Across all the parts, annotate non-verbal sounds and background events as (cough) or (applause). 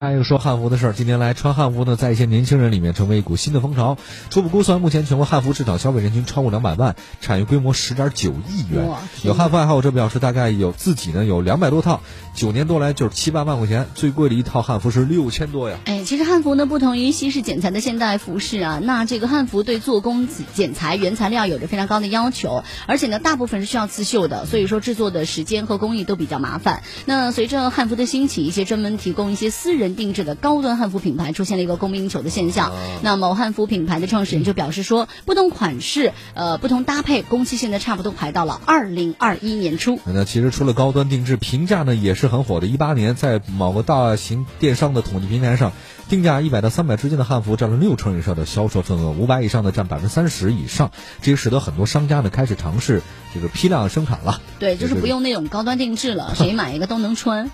大家又说汉服的事儿，近年来穿汉服呢，在一些年轻人里面成为一股新的风潮。初步估算，目前全国汉服市场消费人群超过两百万，产业规模十点九亿元哇。有汉服爱好者表示，大概有自己呢有两百多套，九年多来就是七八万块钱，最贵的一套汉服是六千多呀。哎，其实汉服呢，不同于西式剪裁的现代服饰啊，那这个汉服对做工、剪裁、原材料有着非常高的要求，而且呢，大部分是需要刺绣的，所以说制作的时间和工艺都比较麻烦。那随着汉服的兴起，一些专门提供一些私人定制的高端汉服品牌出现了一个供不应求的现象。那某汉服品牌的创始人就表示说，不同款式、呃不同搭配，工期现在差不多排到了二零二一年初。那其实除了高端定制，平价呢也是很火的。一八年，在某个大型电商的统计平台上，定价一百到三百之间的汉服占了六成以上的销售份额，五百以上的占百分之三十以上，这也使得很多商家呢开始尝试这个批量生产了。对，就是对对不用那种高端定制了，谁买一个都能穿。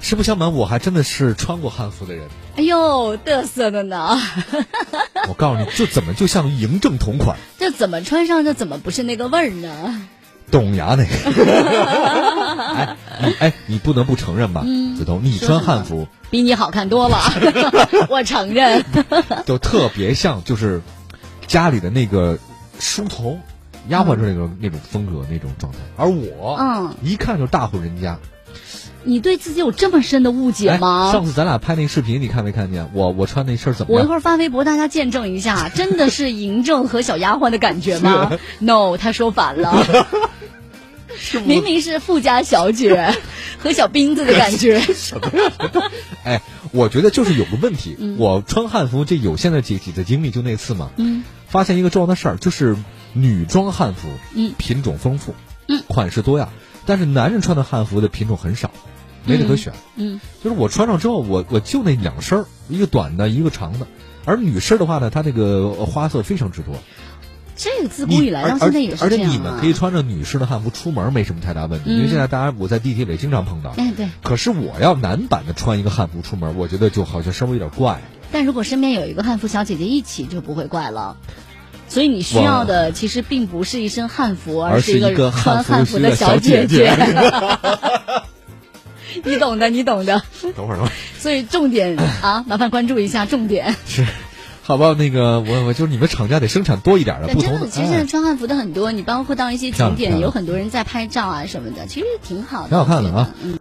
实不相瞒，我还真的是穿过汉服的人。哎呦，嘚瑟的呢！我告诉你，这怎么就像嬴政同款，这怎么穿上这怎么不是那个味 (laughs) 儿呢？董牙那个？ (laughs) 哎，你哎，你不能不承认吧，子彤，你说穿什么汉服比你好 (laughs) 看多了，我承认。就特别像就是家里的那个书童丫鬟是那种、那种风格那种状态，而我嗯一看就是大户人家。你对自己有这么深的误解哎，吗？上次咱俩拍那视频，你看没看见？我我穿那身怎么我一样？会儿发微博，大家见证 (laughs) 一下，真的是嬴政和小丫鬟的感觉吗？No，他说 (laughs) 反了，明明是富家小 (laughs) 姐和小bin子的感觉。哎，我觉得就是有个问题，我穿汉服这有限的几几次经历就那次嘛，嗯，发现一个重要的事儿，就是女装汉服，嗯品种丰富，嗯，款式多样，但是男人穿的汉服的品种很少，没得可选。嗯，就是我穿上之后，我我就那两身儿，一个短的，一个长的。而女士的话呢，她那个呃花色非常之多。这个自古以你来而到现在也是而这且样你啊们可。以穿着女士的汉服出门，没什么太大问题。因为嗯现在大家我在地铁里经常碰到。哎，对，可是我要男版的穿一个汉服出门，我觉得就好像稍微有点怪。但如果身边有一个汉服小姐姐一起，就不会怪了。所以你需要的其实并不是一身汉服，而是是一个汉穿服汉服的小 (laughs) 姐。 (laughs) 你懂的，你懂的。等会儿，等会儿，所以重 (laughs) 点啊，麻烦关注一下重点。是，好吧，那个我我就是你们厂家得生产多一点的但啊不真同的。的，哎其实现在穿汉服的很多，你包括到一些景漂亮漂点，亮有很多人在拍照啊什么的，其实挺好的，挺好看的我觉得啊嗯。